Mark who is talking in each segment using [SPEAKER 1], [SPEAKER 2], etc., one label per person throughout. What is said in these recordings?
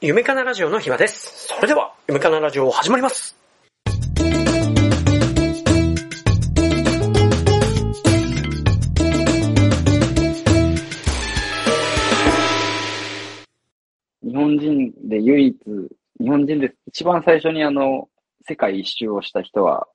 [SPEAKER 1] ゆめかなラジオの暇です。それでは、ゆめかなラジオ始まります。
[SPEAKER 2] 日本人で唯一、日本人で一番最初にあの、世界一周をした人は、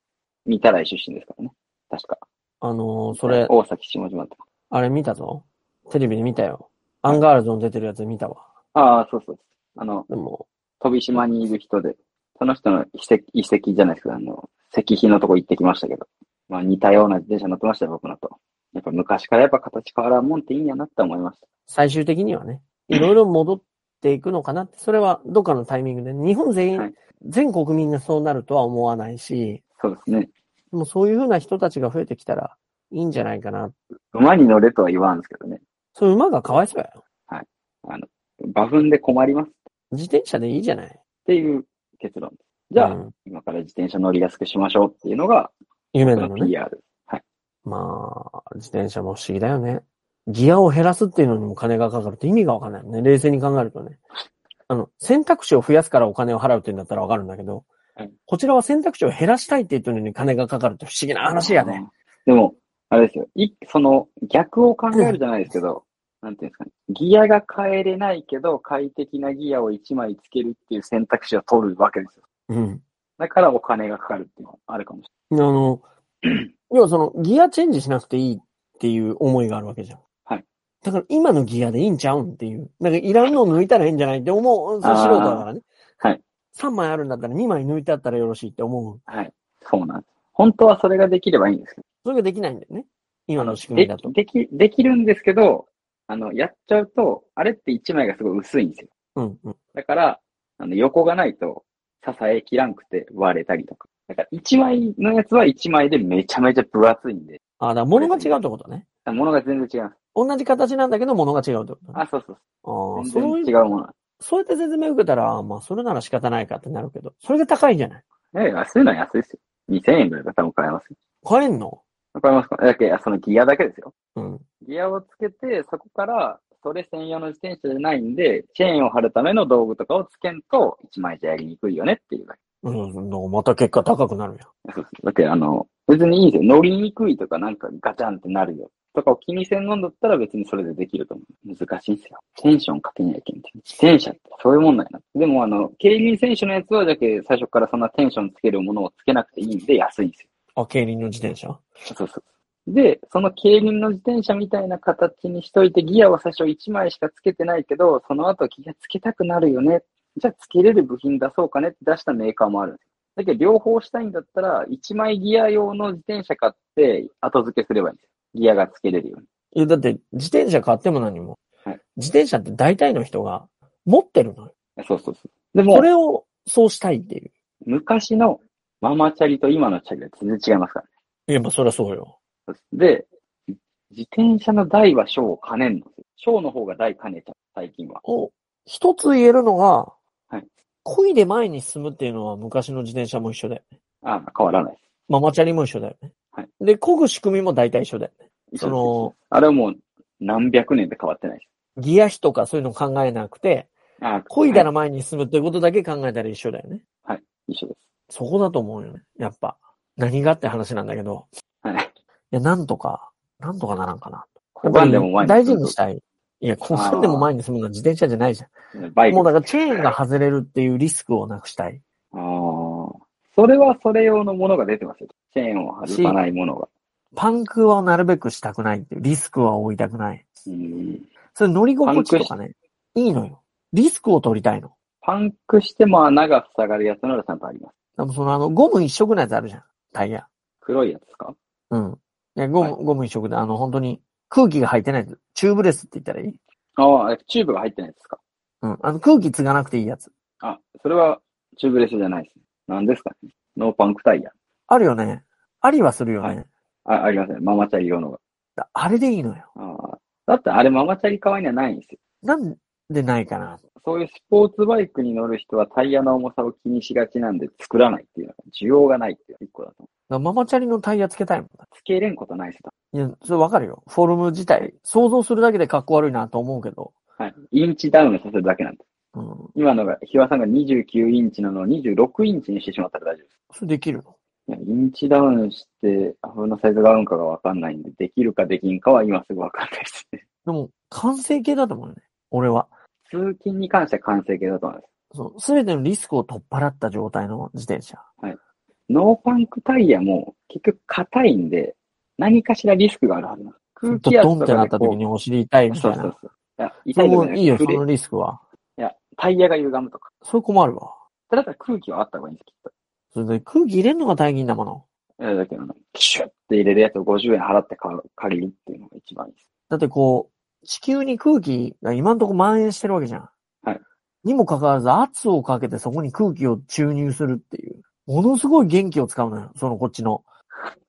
[SPEAKER 2] 三田来出身ですからね。確か。
[SPEAKER 3] あのーそれ、
[SPEAKER 2] 大崎下島とか。
[SPEAKER 3] あれ見たぞ。テレビで見たよ。アンガールズの出てるやつ見たわ。
[SPEAKER 2] ああ、そうそう。あの、
[SPEAKER 3] でも、
[SPEAKER 2] 飛島にいる人で、その人の遺跡、遺跡じゃないですけど、あの、石碑のとこ行ってきましたけど、まあ似たような自転車乗ってましたよ、僕のと。やっぱ昔からやっぱ形変わらんもんっていいんやなって思いました。
[SPEAKER 3] 最終的にはね、いろいろ戻っていくのかなって、それはどっかのタイミングで、日本全員、
[SPEAKER 2] はい
[SPEAKER 3] 全国民がそうなるとは思わないし、
[SPEAKER 2] そうですね。
[SPEAKER 3] もうそういうふうな人たちが増えてきたらいいんじゃないかな。
[SPEAKER 2] 馬に乗れとは言わんですけどね。
[SPEAKER 3] その馬がかわいそうやよ。
[SPEAKER 2] 馬糞で困りますっ
[SPEAKER 3] 自転車でいいじゃない。
[SPEAKER 2] ていう結論。じゃあ、
[SPEAKER 3] うん
[SPEAKER 2] 今から自転車乗りやすくしましょうっていうのが、
[SPEAKER 3] 夢
[SPEAKER 2] こ
[SPEAKER 3] な
[SPEAKER 2] の
[SPEAKER 3] のね。
[SPEAKER 2] PR。
[SPEAKER 3] まあ、自転車も不思議だよね。ギアを減らすっていうのにも金がかかるって意味がわかんないよね。冷静に考えるとね。あの、選択肢を増やすからお金を払うって言うんだったらわかるんだけど、
[SPEAKER 2] はい
[SPEAKER 3] こちらは選択肢を減らしたいって言ってるのに金がかかるって不思議な話やね。
[SPEAKER 2] でも、あれですよ。い、その、逆を考えるじゃないですけど、なんていうんですかね。ギアが変えれないけど、快適なギアを1枚つけるっていう選択肢を取るわけですよ。
[SPEAKER 3] うん。
[SPEAKER 2] だからお金がかかるっていうのはあるかもし
[SPEAKER 3] あ の、要はそのギアチェンジしなくていいっていう思いがあるわけじゃん。
[SPEAKER 2] はい。
[SPEAKER 3] だから今のギアでいいんちゃうんっていう。なんかいらんのを抜いたらいいんじゃないって思う。それ素人だからね。
[SPEAKER 2] あーはい。
[SPEAKER 3] 3枚あるんだったら2枚抜いてあったらよろしいって思う。
[SPEAKER 2] れない。はい。そうなんです。本当はそれができればいいんですけど。
[SPEAKER 3] それができないんだよね。今の仕組
[SPEAKER 2] で
[SPEAKER 3] みだと。
[SPEAKER 2] でき、できるんですけど、あの、やっちゃうと、あれって1枚がすごい薄いんですよ。
[SPEAKER 3] うんうん。
[SPEAKER 2] だから、あの、横がないと支えきらんくて割れたりとか。だから1枚のやつは1枚でめちゃめちゃ分厚いんで、
[SPEAKER 3] あだから物が違うってことね。
[SPEAKER 2] あ物が全然違う。
[SPEAKER 3] 同じ形なんだけど物が違うってことね。
[SPEAKER 2] あ、そうそう
[SPEAKER 3] ああ、
[SPEAKER 2] 全
[SPEAKER 3] そう
[SPEAKER 2] 然
[SPEAKER 3] い
[SPEAKER 2] 違
[SPEAKER 3] う、
[SPEAKER 2] うものなん
[SPEAKER 3] そうやって説明受けたら、まあ、それなら仕方ないかってなるけど、それが高いじゃない。
[SPEAKER 2] です。え、安いのは安いですよ。2000円ぐらいだったら多分買えますよ。
[SPEAKER 3] 買えんの
[SPEAKER 2] 買えますかだけど、そのギアだけですよ。
[SPEAKER 3] うん。
[SPEAKER 2] ギアをつけて、そこから、それ専用の自転車じゃないんで、チェーンを貼るための道具とかをつけんと、1枚じゃやりにくいよねっていうだけ。
[SPEAKER 3] うん、なんかまた結果高くなるやん。
[SPEAKER 2] そうそうだけど、あの、別にいいんですよ。乗りにくいとか、なんかガチャンってなるよ。とかを気にせんのんだったら別にそれでできると思う。難しいんですよ。テンションかけにゃいけんって。自転車ってそういうもんなんやな。でもあの、競輪選手のやつはだけ最初からそんなテンションつけるものをつけなくていいんで安いんですよ。
[SPEAKER 3] あ、競輪の自転車
[SPEAKER 2] そうそう。で、その競輪の自転車みたいな形にしといて、ギアは最初1枚しかつけてないけど、その後ギアつけたくなるよね。じゃあつけれる部品出そうかねって出したメーカーもあるんですよ。だけど両方したいんだったら、1枚ギア用の自転車買って後付けすればいいんですよ。ギアがつけれるように。
[SPEAKER 3] いや、だって、自転車買っても何も。
[SPEAKER 2] はい
[SPEAKER 3] 自転車って大体の人が持ってるのよ。
[SPEAKER 2] そうそうそう。でも
[SPEAKER 3] そ、れをそうしたいっていう。
[SPEAKER 2] 昔のママチャリと今のチャリは全然違いますからね
[SPEAKER 3] いや、まあ、そりゃそうよ。
[SPEAKER 2] そうです。で、自転車の台は小を兼ねんのですよ。小の方が台兼ねちゃう、最近は。
[SPEAKER 3] お、一つ言えるのが、
[SPEAKER 2] はい。
[SPEAKER 3] 恋で前に進むっていうのは昔の自転車も一緒だよね。
[SPEAKER 2] ああ、変わらないです。
[SPEAKER 3] ママチャリも一緒だよね。
[SPEAKER 2] はい。
[SPEAKER 3] で、漕ぐ仕組みも大体一緒だよね。その、
[SPEAKER 2] あれはもう何百年で変わってないで
[SPEAKER 3] ギア比とかそういうの考えなくて、
[SPEAKER 2] す。ああ、
[SPEAKER 3] 漕いだ
[SPEAKER 2] は
[SPEAKER 3] ら前に進むっていうことだけ考えたら一緒だよね。
[SPEAKER 2] い一緒です。
[SPEAKER 3] そこだと思うよね。やっぱ。何がって話なんだけど。
[SPEAKER 2] はい。
[SPEAKER 3] いや、なんとか、なんとかならんかな。
[SPEAKER 2] 小判でも前に
[SPEAKER 3] 大事にし
[SPEAKER 2] した
[SPEAKER 3] たい。いや、こうしてでも前に進むのは自転車じゃないじゃ
[SPEAKER 2] バイ
[SPEAKER 3] ん。
[SPEAKER 2] ク。
[SPEAKER 3] もうだからチェーンが外れるっていうリスクをなくしたい。
[SPEAKER 2] ああ。それはそれ用のものが出てますよ。チェーンを外さないものが。
[SPEAKER 3] パンクはなるべくしたくないっていう、リスクは負いたくない。
[SPEAKER 2] うん
[SPEAKER 3] それ乗り心地とかね、いいのよ。リスクを取りたいの。
[SPEAKER 2] パンクしても穴が塞がるやつならちゃんとあります。
[SPEAKER 3] でもそのあの、ゴム一色のやつあるじゃん。タイヤ。
[SPEAKER 2] 黒いやつですか
[SPEAKER 3] うん。いや、ゴム、ゴム一色で、あの、本当に空気が入ってないやつ。チューブレスって言ったらいい
[SPEAKER 2] ああ、チューブが入ってないやつですか
[SPEAKER 3] うん。あの、空気継がなくていいやつ。
[SPEAKER 2] あ、それはチューブレスじゃないですね。何ですかねノーパンクタイヤ。
[SPEAKER 3] あるよね。ありはするよね。
[SPEAKER 2] はいあ、ありません。ママチャリ用のが。
[SPEAKER 3] だあれでいいのよ。
[SPEAKER 2] ああ。だってあれママチャリ側にはないんですよ
[SPEAKER 3] なんでないかな。
[SPEAKER 2] そういうスポーツバイクに乗る人はタイヤの重さを気にしがちなんで作らないっていうのが、需要がないっていうのが一個だと思
[SPEAKER 3] だママチャリのタイヤつけたいもん。
[SPEAKER 2] う。つけれんことないですよ。
[SPEAKER 3] いや、それわかるよ。フォルム自体、想像するだけで格好悪いなと思うけど。
[SPEAKER 2] はい。インチダウンさせるだけなんで。
[SPEAKER 3] ううん。
[SPEAKER 2] 今のが、ひわさんが29インチなのを26インチにしてしまったら大丈夫です。
[SPEAKER 3] それできるの
[SPEAKER 2] いやインチダウンして、アフロのサイズが合うんかがわかんないんで、できるかできんかは今すぐわかんないですね。
[SPEAKER 3] でも、完成形だと思うよね。俺は。
[SPEAKER 2] 通勤に関しては完成形だと思います。
[SPEAKER 3] そう。すべてのリスクを取っ払った状態の自転車。
[SPEAKER 2] ノーパンクタイヤも結局硬いんで、何かしらリスクがあるはずなんです。空
[SPEAKER 3] ド
[SPEAKER 2] 気
[SPEAKER 3] ド
[SPEAKER 2] 圧
[SPEAKER 3] ン
[SPEAKER 2] と
[SPEAKER 3] って
[SPEAKER 2] か
[SPEAKER 3] な
[SPEAKER 2] で
[SPEAKER 3] っ
[SPEAKER 2] こ
[SPEAKER 3] た
[SPEAKER 2] う
[SPEAKER 3] 時にお尻痛いみた
[SPEAKER 2] そう
[SPEAKER 3] い
[SPEAKER 2] そう
[SPEAKER 3] な。
[SPEAKER 2] そう。いや
[SPEAKER 3] そ
[SPEAKER 2] 痛
[SPEAKER 3] れ
[SPEAKER 2] いと
[SPEAKER 3] も
[SPEAKER 2] かじゃなく
[SPEAKER 3] いいよ、
[SPEAKER 2] て
[SPEAKER 3] そ
[SPEAKER 2] 触れ
[SPEAKER 3] のリスクは。
[SPEAKER 2] いや、タイヤが歪むとか。
[SPEAKER 3] それ困るわ。
[SPEAKER 2] だったら空気はあった方がいいんです、きっと。
[SPEAKER 3] それで空気入れるのが大金だもの。
[SPEAKER 2] いやだけどね、キシュッて入れるやつを50円払って買う借りるっていうのが一番いいです。
[SPEAKER 3] だってこう、地球に空気が今んとこ蔓延してるわけじゃん。
[SPEAKER 2] はい。
[SPEAKER 3] にもかかわらず圧をかけてそこに空気を注入するっていう。ものすごい元気を使うのよ。そのこっちの。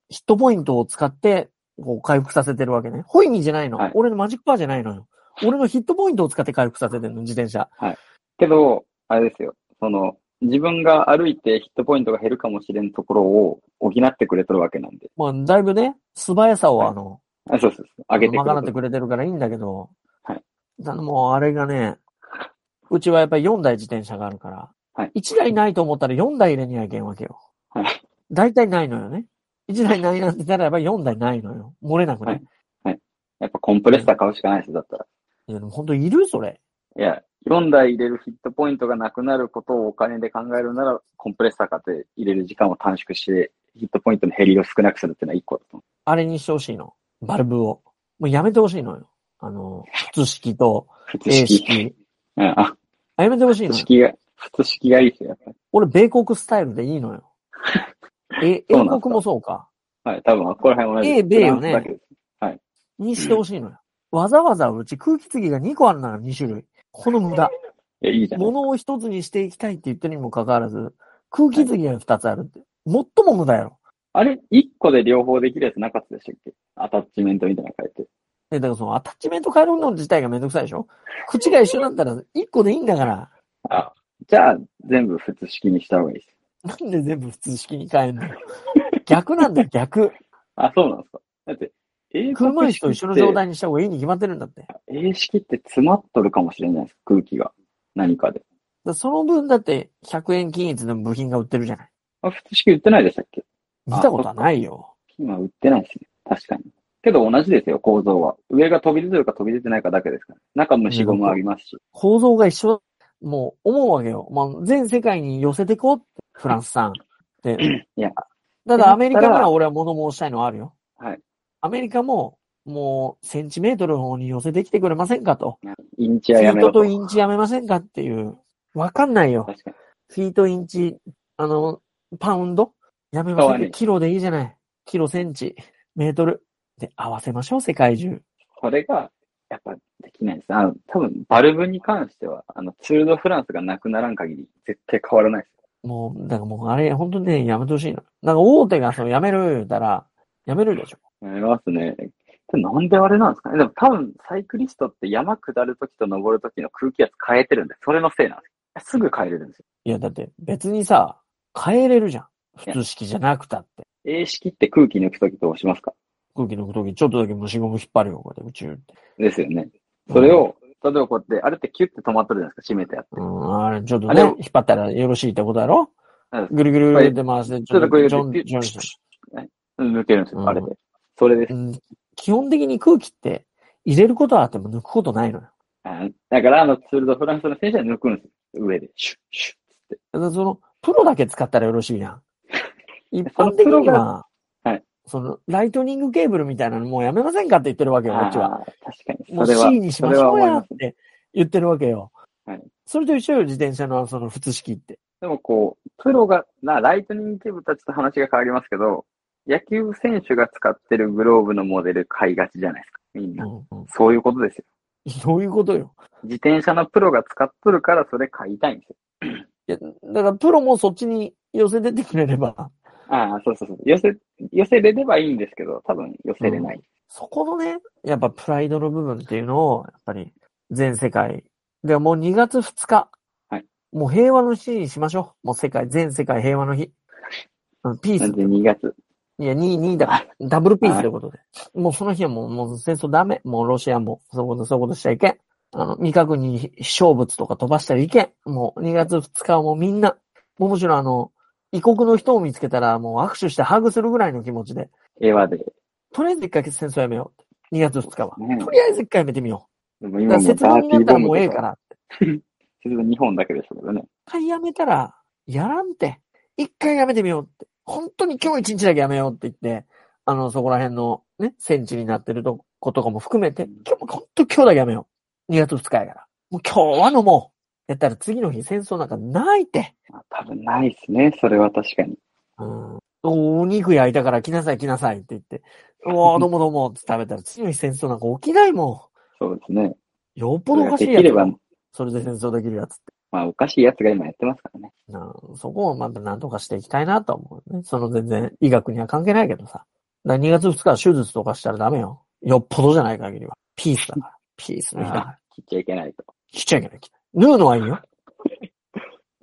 [SPEAKER 3] ヒットポイントを使って、こう回復させてるわけね。ホイミーじゃないの。
[SPEAKER 2] はい
[SPEAKER 3] 俺のマジックパーじゃないのよ。俺のヒットポイントを使って回復させてるの、自転車。
[SPEAKER 2] けど、あれですよ、その、自分が歩いてヒットポイントが減るかもしれんところを補ってくれとるわけなんで。
[SPEAKER 3] まあ、だいぶね、素早さをあの、
[SPEAKER 2] あそうそうそう。上げてくれ
[SPEAKER 3] 賄
[SPEAKER 2] と
[SPEAKER 3] っ
[SPEAKER 2] る
[SPEAKER 3] てくれてるからいいんだけど。
[SPEAKER 2] はい。
[SPEAKER 3] ただもうあれがね、うちはやっぱり4台自転車があるから、
[SPEAKER 2] はい
[SPEAKER 3] 1台ないと思ったら4台入れにはいけんわけよ。
[SPEAKER 2] はい。
[SPEAKER 3] 大体ないのよね。1台ないなんて言ったらやっぱり4台ないのよ。漏れなくね。
[SPEAKER 2] はいやっぱコンプレッサー買うしかないです、だったら。
[SPEAKER 3] い、や、でも本当いるそれ。
[SPEAKER 2] いや、4台入れるヒットポイントがなくなることをお金で考えるなら、コンプレッサー買って入れる時間を短縮して、ヒットポイントの減りを少なくするっていうのは1個だと思
[SPEAKER 3] あれにしてほしいの。バルブを。もうやめてほしいのよ。あの、普通式と
[SPEAKER 2] う。普通
[SPEAKER 3] A
[SPEAKER 2] 式。
[SPEAKER 3] 式。
[SPEAKER 2] うん、あ、
[SPEAKER 3] あやめてほしい
[SPEAKER 2] 普
[SPEAKER 3] のよ。
[SPEAKER 2] 通式が、普通式がいいですよ、やっぱり。
[SPEAKER 3] 俺、米国スタイルでいいの よ。え、
[SPEAKER 2] そ
[SPEAKER 3] 英
[SPEAKER 2] うなんだ
[SPEAKER 3] 国もそうか。
[SPEAKER 2] はい、多分、ここら辺同じです。
[SPEAKER 3] A 米よね
[SPEAKER 2] フランスだけです
[SPEAKER 3] にしてほしいのよ。わざわざうち空気継ぎが2個あるなら2種類。この無駄。
[SPEAKER 2] いや、いいじゃん。
[SPEAKER 3] 物を一つにしていきたいって言ってるにもかかわらず、空気継ぎが2つあるって。最も無駄やろ。
[SPEAKER 2] あれ、1個で両方できるやつなかったでしたっけアタッチメントみたいなの書いて。
[SPEAKER 3] で、だからそのアタッチメント変えるの自体がめんどくさいでしょ口が一緒だったら1個でいいんだから。
[SPEAKER 2] あ、じゃあ、全部普通式にした方がいいです。
[SPEAKER 3] なんで全部普通式に変えんの逆なんだよ、逆。
[SPEAKER 2] あ、そうなんですか。だって、英
[SPEAKER 3] 車椅子と一緒の状
[SPEAKER 2] って
[SPEAKER 3] 態にした方がいいに決まってるんだって。だか
[SPEAKER 2] 英式って詰まっとるかもしれないです。空気が。何かで。
[SPEAKER 3] らその分だって100円均一の部品が売ってるじゃない。
[SPEAKER 2] あ、普通式売ってないでしたっけ
[SPEAKER 3] 見たことはないよ。
[SPEAKER 2] 今売ってないですね。確かに。けど同じですよ、構造は。上が飛び出てるか飛び出てないかだけですから。中虫ゴムありますし。
[SPEAKER 3] 構造が一緒、もう思うわけよ。まあ、全世界に寄せてこうって、フランスさん。で、
[SPEAKER 2] いや。
[SPEAKER 3] ただアメリカから俺は物申したいのはあるよ。
[SPEAKER 2] はい。
[SPEAKER 3] アメリカも、もう、センチメートルの方に寄せてきてくれませんかと。
[SPEAKER 2] インチ
[SPEAKER 3] フ
[SPEAKER 2] は
[SPEAKER 3] ィ
[SPEAKER 2] やめ
[SPEAKER 3] ー
[SPEAKER 2] ろ
[SPEAKER 3] ト
[SPEAKER 2] と
[SPEAKER 3] と。インチやめませんかっていう。わかんないよ。
[SPEAKER 2] 確かに。
[SPEAKER 3] フィートインチ、あの、パウンドやめま
[SPEAKER 2] そう
[SPEAKER 3] せ
[SPEAKER 2] だ
[SPEAKER 3] ん
[SPEAKER 2] ね
[SPEAKER 3] かキロでいいじゃない。キロ、センチ、メートル。で、合わせましょう、世界中。
[SPEAKER 2] これが、やっぱできないです。あの、多分、バルブに関しては、あの、ツールドフランスがなくならん限り、絶対変わらないです。
[SPEAKER 3] もう、だからもうあれ、本当にね、やめてほしいの。なんか大手がその、やめる言うたら、やめるでしょ。
[SPEAKER 2] なりますね。でなんであれなんですかねでも多分、サイクリストって山下るときと登るときの空気圧変えてるんで、それのせいなんです。すぐ変えれるんですよ。
[SPEAKER 3] いや、だって別にさ、変えれるじゃん。普通式じゃなくたって。
[SPEAKER 2] A 式って空気抜くときどうしますか
[SPEAKER 3] 空気抜くとき、ちょっとだけ虫ゴム引っ張るよ、こうやって、宇宙って。
[SPEAKER 2] ですよね。それを、例えばこうやって、あれってキュッて止まっとるじゃないですか、締めてやって。
[SPEAKER 3] うん、あれ、ちょっと
[SPEAKER 2] あ
[SPEAKER 3] ね、
[SPEAKER 2] れ
[SPEAKER 3] 引っ張ったらよろしいってことやろ
[SPEAKER 2] うん
[SPEAKER 3] ぐるぐるって回して、ちょっ
[SPEAKER 2] ちょっとこ
[SPEAKER 3] と、
[SPEAKER 2] うやって
[SPEAKER 3] ジョン、
[SPEAKER 2] ピュッ
[SPEAKER 3] ジョンし
[SPEAKER 2] うん抜けるんですよ、
[SPEAKER 3] うん
[SPEAKER 2] あれで。それです
[SPEAKER 3] て、。うん。基本的に空気って、入れることはあっても抜くことないのよ。
[SPEAKER 2] あだから、あの、ツールドフランスの選手は抜くんですよ。上で。シュッ、シュッ。
[SPEAKER 3] だからその、プロだけ使ったらよろしいや ん。一般的
[SPEAKER 2] その
[SPEAKER 3] には
[SPEAKER 2] プロが、はい
[SPEAKER 3] その、ライトニングケーブルみたいなのもうやめませんかって言ってるわけよ、こっちは。
[SPEAKER 2] あー確か
[SPEAKER 3] も
[SPEAKER 2] に。
[SPEAKER 3] う
[SPEAKER 2] それは、
[SPEAKER 3] C にしましょうやって言ってるわけよ。
[SPEAKER 2] はい
[SPEAKER 3] それと一緒よ、自転車のその普通式って。
[SPEAKER 2] でもこう、プロが、な、ライトニングケーブルとはちょっと話が変わりますけど、野球選手が使ってるグローブのモデル買いがちじゃないですか、みん
[SPEAKER 3] う
[SPEAKER 2] な。
[SPEAKER 3] んうん、
[SPEAKER 2] そういうことですよ。
[SPEAKER 3] そういうことよ。
[SPEAKER 2] 自転車のプロが使っとるからそれ買いたいんですよ。
[SPEAKER 3] いや、だからプロもそっちに寄せてってくれれば、
[SPEAKER 2] ああ、そうそうそう。寄せ、寄せれればいいんですけど、多分寄せれない。
[SPEAKER 3] そこのね、やっぱプライドの部分っていうのを、やっぱり全世界。で、もう2月2日。
[SPEAKER 2] はい
[SPEAKER 3] もう平和の日にしましょう。もう世界、全世界平和の日。うんピー
[SPEAKER 2] な
[SPEAKER 3] ス
[SPEAKER 2] ん。で2月。
[SPEAKER 3] いや、2、2だから。ダブルピースということで。もうその日はもう、もう戦争ダメ。もうロシアも、そういうこと、そういうことしちゃいけん。あの、未確認小物とか飛ばしたりいけん。もう、2月2日はもうみんな、もうむしろあの、異国の人を見つけたらもう握手してハグするぐらいの気持ちで、
[SPEAKER 2] 平和で。
[SPEAKER 3] とりあえず一回戦争やめよう。2月2日は。
[SPEAKER 2] ね
[SPEAKER 3] とりあえず一回やめてみよ
[SPEAKER 2] でも
[SPEAKER 3] う。だ
[SPEAKER 2] 今
[SPEAKER 3] から
[SPEAKER 2] もう
[SPEAKER 3] 節
[SPEAKER 2] ダ
[SPEAKER 3] 分
[SPEAKER 2] ー
[SPEAKER 3] に
[SPEAKER 2] テ
[SPEAKER 3] な
[SPEAKER 2] ィ
[SPEAKER 3] っ
[SPEAKER 2] ー
[SPEAKER 3] た
[SPEAKER 2] ボ
[SPEAKER 3] らも
[SPEAKER 2] ムと
[SPEAKER 3] うええか。
[SPEAKER 2] から節分2本だけでしたけどね。
[SPEAKER 3] 一回やめたら、やらんて。一回やめてみようって。本当に今日一日だけやめようって言って、あの、そこら辺のね、戦地になってるとことかも含めて、今日も本当今日だけやめよう。2月2日やから。もう今日は飲もう。やったら次の日戦争なんかないて。
[SPEAKER 2] まあ多分ないですね。それは確かに。
[SPEAKER 3] うん。お肉焼いたから来なさい来なさいって言って、うわ ーどうもどうもって食べたら次の日戦争なんか起きないも
[SPEAKER 2] そうですね。
[SPEAKER 3] ん。よっぽ
[SPEAKER 2] そ
[SPEAKER 3] ど
[SPEAKER 2] れ
[SPEAKER 3] お
[SPEAKER 2] が
[SPEAKER 3] かし
[SPEAKER 2] で
[SPEAKER 3] いや
[SPEAKER 2] きれば
[SPEAKER 3] つ。、それで戦争できるやつって。
[SPEAKER 2] まあおかしいやつが今やってますからね。
[SPEAKER 3] なそこをまた何とかしていきたいなと思うね。その全然医学には関係ないけどさ。だから2月2日は手術とかしたらダメよ。よっぽどじゃない限りは。ピースだから。ピースの日だから。
[SPEAKER 2] 切っちゃいけないと。
[SPEAKER 3] 切っちゃいけない。縫うのはいいよ。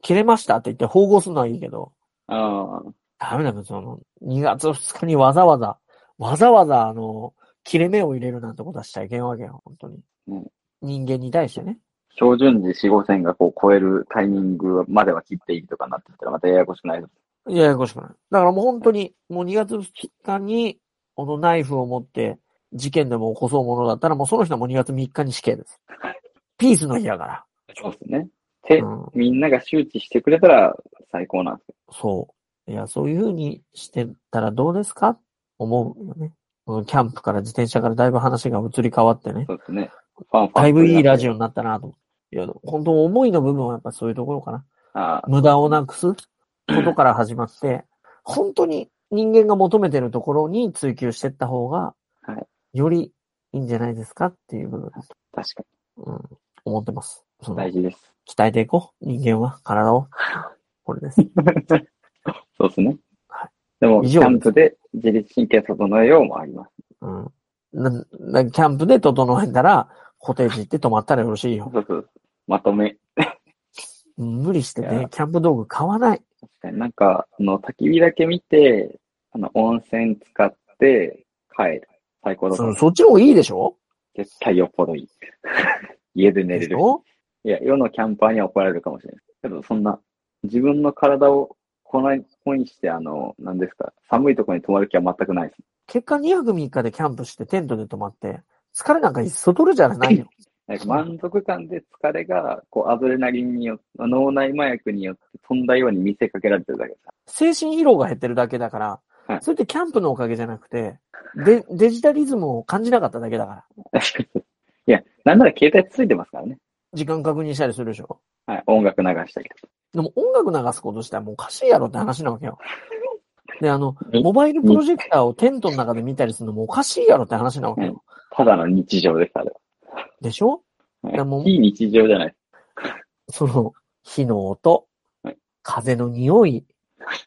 [SPEAKER 3] 切れましたって言って縫合するのはいいけど、
[SPEAKER 2] ああ、
[SPEAKER 3] ダメだよ、その、2月2日にわざわざ、わざわざあの、切れ目を入れるなんてことはしちゃいけんわけよ、本当に。
[SPEAKER 2] うん
[SPEAKER 3] 人間に対してね。
[SPEAKER 2] 標準時4、5線がこう超えるタイミングまでは切っていいとかなってきたらまたややこしくないです。
[SPEAKER 3] ややこしくない。だからもう本当に、もう2月2日に、このナイフを持って、事件でも起こそうものだったら、もうその人はもう2月3日に死刑 です。ピースの日やか
[SPEAKER 2] そうですね。て
[SPEAKER 3] ら。う、ん、
[SPEAKER 2] みんなが周知してくれたら最高なんですけ
[SPEAKER 3] そう。いや、そういう風にしてたらどうですか思うよね。このキャンプから自転車からだいぶ話が移り変わってね。
[SPEAKER 2] ど。そうですね。ファンファン。
[SPEAKER 3] だいぶいいラジ
[SPEAKER 2] オ。
[SPEAKER 3] オになったなと思って。いや、本当思いの部分はやっぱそういうところかな。
[SPEAKER 2] ああ、
[SPEAKER 3] 無駄をなくすことから始まって、本当に人間が求めてるところに追求していった方が
[SPEAKER 2] は、
[SPEAKER 3] よりいいんじゃないですかっていう部分、
[SPEAKER 2] 確か
[SPEAKER 3] うん、思ってます。そ
[SPEAKER 2] に
[SPEAKER 3] の
[SPEAKER 2] 大事です。
[SPEAKER 3] 鍛えていこう。人間は、体 を。これです。
[SPEAKER 2] そうですね
[SPEAKER 3] はい。
[SPEAKER 2] でも、
[SPEAKER 3] 以
[SPEAKER 2] キ
[SPEAKER 3] 上
[SPEAKER 2] ャンプで自律神経整えようもあります。
[SPEAKER 3] うん、ななキャンプで整えたら、コテージ行って泊まったらよろしいよ。
[SPEAKER 2] そうそう。まとめ。
[SPEAKER 3] 無理して
[SPEAKER 2] い
[SPEAKER 3] ね
[SPEAKER 2] や、
[SPEAKER 3] キャンプ道具買わない。
[SPEAKER 2] 確かになんか、あの、焚き火だけ見て、あの、温泉使って帰る。最高だと
[SPEAKER 3] そ
[SPEAKER 2] 思う
[SPEAKER 3] のそっちの方がいいでしょ
[SPEAKER 2] 絶対よっぽどい い。家で寝れ
[SPEAKER 3] でし
[SPEAKER 2] る。
[SPEAKER 3] ょ
[SPEAKER 2] いや、世のキャンパーには怒られるかもしれない。けど、そんな、自分の体を粉に粉にして、あの、何ですか、寒いところに泊まる気は全くないです。
[SPEAKER 3] 結果2泊3日でキャンプしてテントで泊まって、疲れなんか一層取るじゃないよ。
[SPEAKER 2] なんか満足感で疲れが、こう、アドレナリンによって、脳内麻薬によって飛んだように見せかけられてるだけさ。
[SPEAKER 3] 精神疲労が減ってるだけだから、
[SPEAKER 2] はい
[SPEAKER 3] それってキャンプのおかげじゃなくて、デデジタリズムを感じなかっただけだから。
[SPEAKER 2] いや、なんなら携帯ついてますからね。
[SPEAKER 3] 時間確認したりするでしょ。
[SPEAKER 2] はい、音楽流したりとか。
[SPEAKER 3] でも音楽流すことしたらもうおかしいやろって話なわけよ。で、あの、
[SPEAKER 2] え
[SPEAKER 3] モバイルプロジェクターをテントの中で見たりするのもおかしいやろって話なわけよ。
[SPEAKER 2] ただの日常です、あれ
[SPEAKER 3] でしょいや
[SPEAKER 2] は。
[SPEAKER 3] もう
[SPEAKER 2] はい、いい日常じゃない。
[SPEAKER 3] その、火の音
[SPEAKER 2] はい、
[SPEAKER 3] 風の匂い、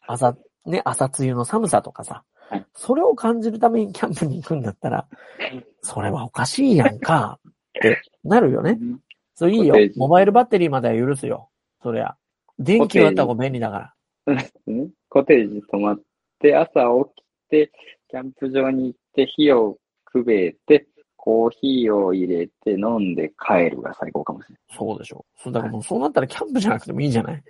[SPEAKER 3] 朝、ね、朝露の寒さとかさ
[SPEAKER 2] はい、
[SPEAKER 3] それを感じるためにキャンプに行くんだったら、それはおかしいやんか、 ってなるよね。それいいよ
[SPEAKER 2] コテー。ジ
[SPEAKER 3] モバイルバッテリーまでは許すよ。そりゃ。電気はあった方が便利だから。
[SPEAKER 2] ねコテージ泊まって、朝起きて、キャンプ場に行って、火をくべえて、コーヒーを入れて飲んで帰るが最高かもしれ
[SPEAKER 3] そうでしょ。そうだからもうそうなったらキャンプじゃなくてもいいじゃない。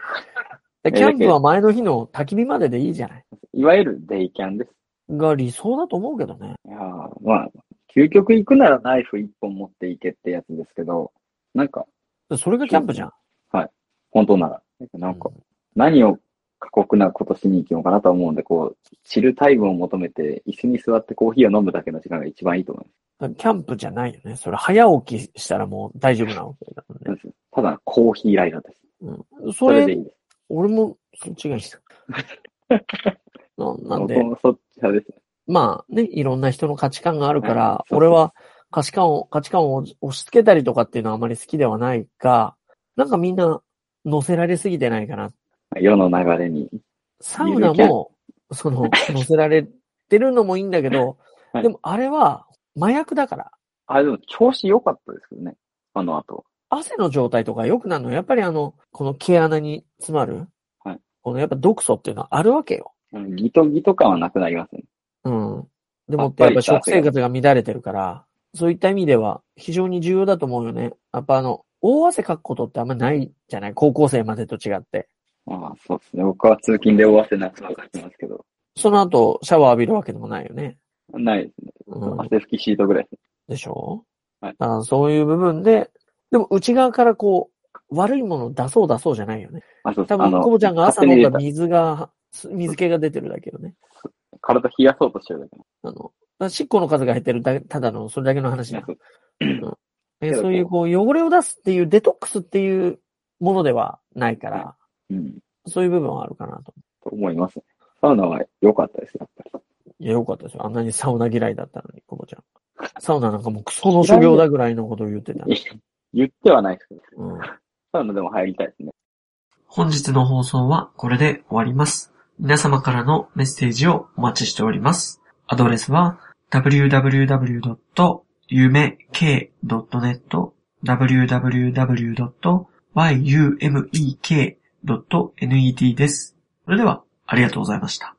[SPEAKER 3] で
[SPEAKER 2] いや
[SPEAKER 3] キャンプは前の日の焚き火まででいいじゃない。
[SPEAKER 2] ない。いわゆるデイキャンです。
[SPEAKER 3] が理想だと思うけどね。
[SPEAKER 2] いやーまあ、究極行くならナイフ一本持っていけってやつですけど、なんか、
[SPEAKER 3] それがキャンプじゃん。
[SPEAKER 2] 本当なら、なんか
[SPEAKER 3] う、
[SPEAKER 2] 何を過酷なことしに行きのかなとは思うんで、こう、知るタイムを求めて、椅子に座ってコーヒーを飲むだけの時間が一番いいと思います。
[SPEAKER 3] だからキャンプじゃないよね。それ早起きしたらもう大丈夫なわけだもんね。
[SPEAKER 2] ただ、コーヒーライダーです。
[SPEAKER 3] うん、そ
[SPEAKER 2] そ
[SPEAKER 3] れ、
[SPEAKER 2] れでいいです。
[SPEAKER 3] 俺もそっちがいいです ななんで
[SPEAKER 2] 僕、もそっち派です。
[SPEAKER 3] まあね、いろんな人の価値観があるから、
[SPEAKER 2] はいそうそ
[SPEAKER 3] 俺
[SPEAKER 2] う
[SPEAKER 3] は価値観を、価値観を押し付けたりとかっていうのはあまり好きではないが、なんかみんな乗せられすぎてないかな。
[SPEAKER 2] 世の流れに。
[SPEAKER 3] サウナ
[SPEAKER 2] ゆるキ
[SPEAKER 3] も、その、乗せられてるのもいいんだけど、
[SPEAKER 2] はい
[SPEAKER 3] でもあれは麻薬だから、
[SPEAKER 2] あ、でも調子良かったですけどね。あの後。
[SPEAKER 3] 汗の状態とか良くなるのは、やっぱりあの、この毛穴に詰まる、
[SPEAKER 2] はい
[SPEAKER 3] このやっぱ毒素っていうのはあるわけよ。
[SPEAKER 2] うんギトギト感はなくなりますね。
[SPEAKER 3] うん。でもっ
[SPEAKER 2] あ
[SPEAKER 3] てや
[SPEAKER 2] っぱ
[SPEAKER 3] っ
[SPEAKER 2] り
[SPEAKER 3] ぱ食生活が乱れてるから、そういった意味では非常に重要だと思うよね。やっぱあの、大汗かくことってあんまないじゃない高校生までと違って。
[SPEAKER 2] まあ、そうですね。僕は通勤で大汗なくなかってますけど、
[SPEAKER 3] その後、シャワー浴びるわけでもないよね。
[SPEAKER 2] ないですね。
[SPEAKER 3] うん、
[SPEAKER 2] 汗拭きシートぐらいですね。
[SPEAKER 3] でしょ
[SPEAKER 2] はい
[SPEAKER 3] だからそういう部分で、でも内側からこう、悪いものを出そう出そうじゃないよね。
[SPEAKER 2] あ、そうです
[SPEAKER 3] 多
[SPEAKER 2] あ
[SPEAKER 3] 分、
[SPEAKER 2] の
[SPEAKER 3] コボちゃんが朝飲んだ
[SPEAKER 2] 勝手に入れ
[SPEAKER 3] 水が、水気が出てるだけよね。
[SPEAKER 2] た体冷やそうとしてるだけなん
[SPEAKER 3] あの、だから執行の数が減ってるだけ、ただの、それだけの話
[SPEAKER 2] です
[SPEAKER 3] だ
[SPEAKER 2] ね。。そう
[SPEAKER 3] うんえ
[SPEAKER 2] けど
[SPEAKER 3] そういうこう、汚れを出すっていうデトックスっていうものではないから、
[SPEAKER 2] うん。
[SPEAKER 3] そういう部分はあるかなと。
[SPEAKER 2] と思いますね。サウナは良かったです、やっぱり。
[SPEAKER 3] いや、よかったですよ。あんなにサウナ嫌いだったのに、コボちゃん。サウナなんかもうクソの修行だぐらいのことを言ってた。
[SPEAKER 2] 言ってはないですけど、
[SPEAKER 3] うん
[SPEAKER 2] サウナでも入りたいですね。
[SPEAKER 3] 本日の放送はこれで終わります。皆様からのメッセージをお待ちしております。アドレスは www.yumek.net www.yumek.net です。それでは、ありがとうございました。